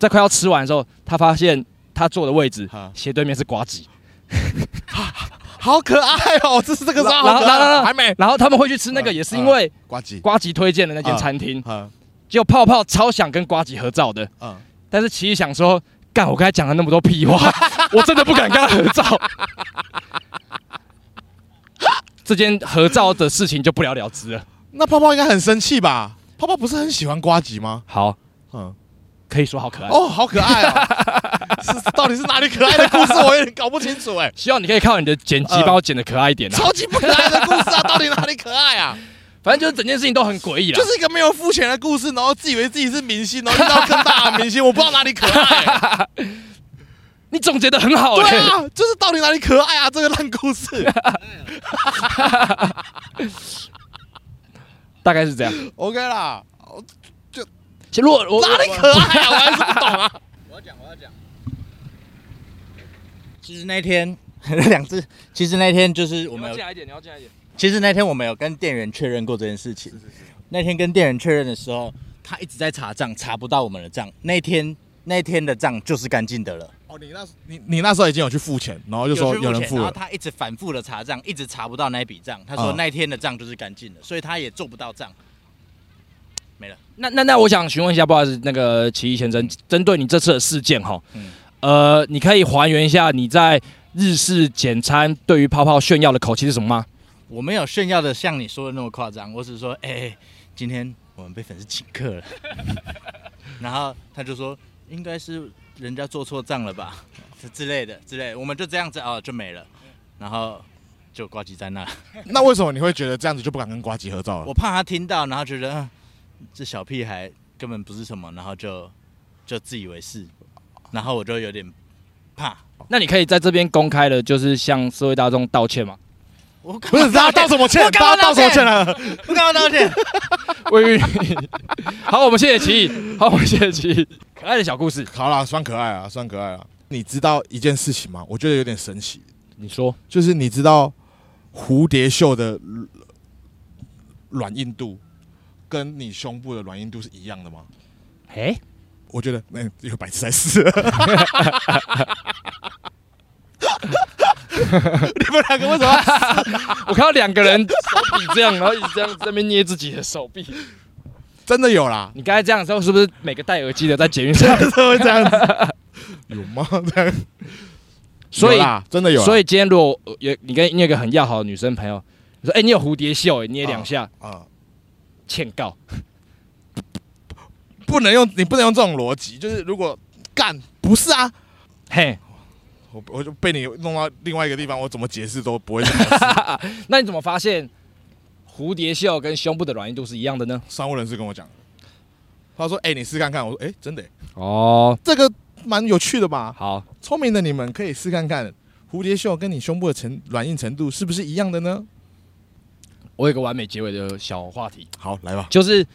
在快要吃完的时候，他发现他坐的位置
好
斜对面是瓜吉，
好可爱哦！这是这个是
然
好
后
可
然后然
爱，
后
还没
然后他们会去吃那个，
嗯
也是因为
呱唧，
瓜吉推荐的那间
嗯
餐厅。
嗯
就泡泡超想跟瓜吉合照的，
嗯，
但是奇艺想说，干，我刚才讲了那么多屁 话，我真的不敢跟他合照。这件合照的事情就不了了之了。
那泡泡应该很生气吧？泡泡不是很喜欢呱唧吗？
好，
嗯，
可以说好可 爱。
哦，好可爱哦！ 是到底是哪里可爱的故事？我有点搞不清楚 哎，
希望你可以靠你的剪辑
呃
帮我剪的可爱一点啊。
超级不可爱的故事啊，到底哪里可爱 啊？
反正就是整件事情都很诡异啦
就。是一个没有付钱的故事，然后自以为自己是明星，然后遇到更大的明星，我不知道哪里可 爱欸。
你总结的很好
对
哎、
啊，就是到底哪里可爱啊？这个烂故 事。
大概是这样。
OK 啦，
其实如果我
哪里可爱啊？我还是不懂啊。
我要讲，我要讲。其实那天 那两只，其实那天就是我
我
们有，
来一点，你要进来一点。
其实那天我们有跟店员确认过这件事情。那天跟店员确认的时候，他一直在查账，查不到我们的账。那天那天的账就是干净的了，
哦，你那你你那时候已经有去付钱，然后就说
去
有人
钱
付
然后
了。
他一直反复的查账，一直查不到那一笔账。他说
嗯
那天的账就是干净的，所以他也做不到账。
那那那，我想询问一下，不好意思，那个奇异先生，针对你这次的事件哈，
嗯
呃，你可以还原一下你在日式简餐对于泡泡炫耀的口气是什么吗？
我没有炫耀的像你说的那么夸张，我只是说，哎、今天我们被粉丝请客 了。然后他就说，应该是人家做错账了吧，之 之类的之类的，我们就这样子哦，就没了。然后就挂机在那，
那为什么你会觉得这样子就不敢跟瓜吉合照了
我？怕他听到，然后觉得、啊这小屁孩根本不是什么，然后就就自以为是，然后我就有点怕。
那你可以在这边公开的，就是向社会大众道歉吗？
我干
不是，他道什么歉？
我干
他
嘛
道什么
道歉
歉了？
我干嘛道 歉？
喂，好，我们谢谢奇异，好，我们谢谢奇异，可爱的小故事，
好啦，算可爱啊，算可爱啊。你知道一件事情吗？我觉得有点神奇，
你说
就是你知道蝴蝶袖的软软硬度跟你胸部的软硬度是一样的吗？
哎、
我觉得那、有白痴在试，你们两个为什么
我看到两个人手比这样，然后一直这样在那边捏自己的手臂。
真的有啦，
你刚才这样的时候，是不是每个戴耳机的在捷运上？
真的会这样子，有吗？这样，
所以
有啦真的有啦，
所
以
以今天如果有你跟你有个很要好的女生朋友，你说哎、你有蝴蝶袖哎，捏两下，
啊，
欠告。
不能用你不能用这种逻辑，就是如果干不是啊，
嘿，
我我就被你弄到另外一个地方，我怎么解释都不会讲。
那你怎么发现蝴蝶袖跟胸部的软硬度是一样的呢？
商务人士跟我讲，他说：“哎、你试看看。”我说：“哎、真的、
哦，
这个蛮有趣的吧？
好，
聪明的你们可以试看看，蝴蝶袖跟你胸部的程软硬程度是不是一样的呢
我有个完美结尾的小话题，？”
好，来吧。
就是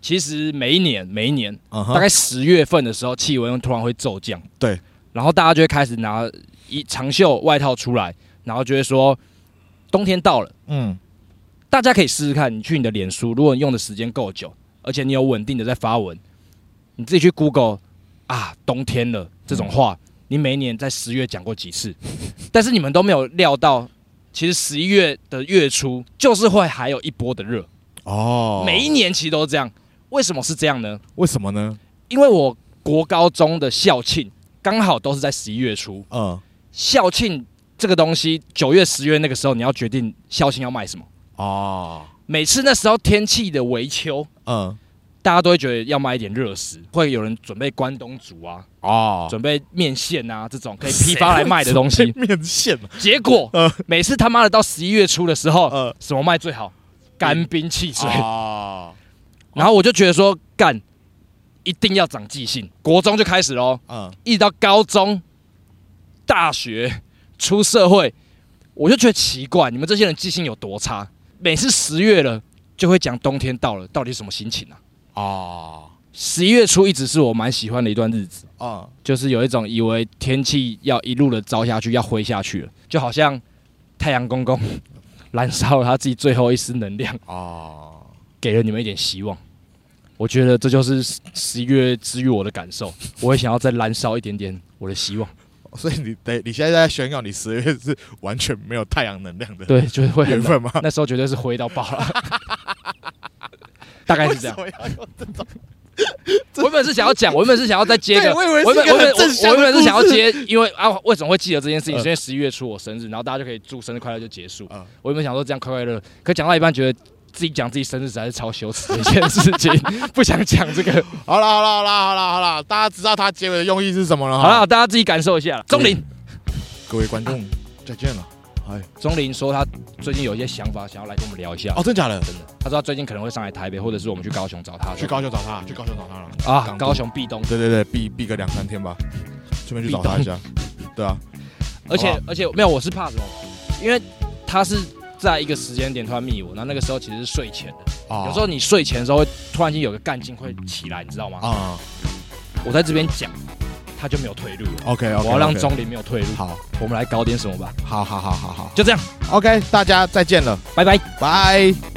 其实每一年每一年
嗯
大概十月份的时候，气温突然会骤降。
对，
然后大家就会开始拿一长袖外套出来，然后就会说冬天到了。
嗯，
大家可以试试看，你去你的脸书，如果你用的时间够久，而且你有稳定的在发文，你自己去 Google 啊，冬天了这种话，你每一年在十月讲过几次， 但是你们都没有料到，其实十一月的月初就是会还有一波的热，
哦
每一年其实都这样。为什么是这样呢？
为什么呢？
因为我国高中的校庆刚好都是在十一月初，
嗯，
校庆这个东西，九月、十月那个时候你要决定校庆要卖什么。
哦，
每次那时候天气的微秋，
嗯，
大家都会觉得要卖一点热食，会有人准备关东煮啊，
哦，。
准备面线啊这种可以批发来卖的东西
面线嘛，
结果、
呃
每次他妈的到十一月初的时候，
呃
什么卖最好？干冰汽水。
哦，
然后我就觉得说，干一定要长记性。国中就开始喽，
嗯，
一直到高中、大学、出社会，我就觉得奇怪，你们这些人记性有多差？每次十月了，就会讲冬天到了，到底是什么心情啊？
哦，
十一月初一直是我蛮喜欢的一段日子，
嗯，
就是有一种以为天气要一路的糟下去，要灰下去了，就好像太阳公公燃烧了他自己最后一丝能量，
哦，
给了你们一点希望。我觉得这就是十十一月之于我的感受，我也想要再燃烧一点点我的希望。
所以你得你现在在宣告你十月是完全没有太阳能量的
对，就是会很
缘分吗？
那时候绝对是灰到爆 了，大概是这样。
为什么要用这种
我原本是想要讲，我原本是想要再接个，
对我以为是
我原本
一
我
个
原
很
本
正向
我
的
我原本是想要
故事
接，因为啊，为什么会记得这件事情？
嗯
是因为十一月初我生日，然后大家就可以祝生日快乐就结束。
嗯
我原本想说这样快快乐乐，可讲到一半觉得自己讲自己生日实在是超羞耻的一件事情， 不想讲这个。
好啦好啦好啦好啦好啦，大家知道它结尾的用意是什么了哈。
好了，大家自己感受一下啦。嗯钟林，
各位观众，再见了。哎，
钟林说他最近有一些想法，想要来跟我们聊一下。
哦，真假的？
真的，他说他最近可能会上来台北，或者是我们去高雄找他。
去高雄找他，去高雄找他了。
啊，
港都
高雄壁咚。
对对对，避避个两三天吧，顺便去找他一下。对啊，
而且
好不
而且没有，我是怕什么？因为他是在一个时间点突然密我，然后那个时候其实是睡前的。
啊
有时候你睡前的时候会突然间有个干劲会起来，你知道吗？
啊
我在这边讲，他就没有退路了。
，OK OK，
我要让钟林没有退路。
好，
我们来搞点什么吧，
好好好好好，
就这样，
OK，大家再见了，
拜拜。
拜。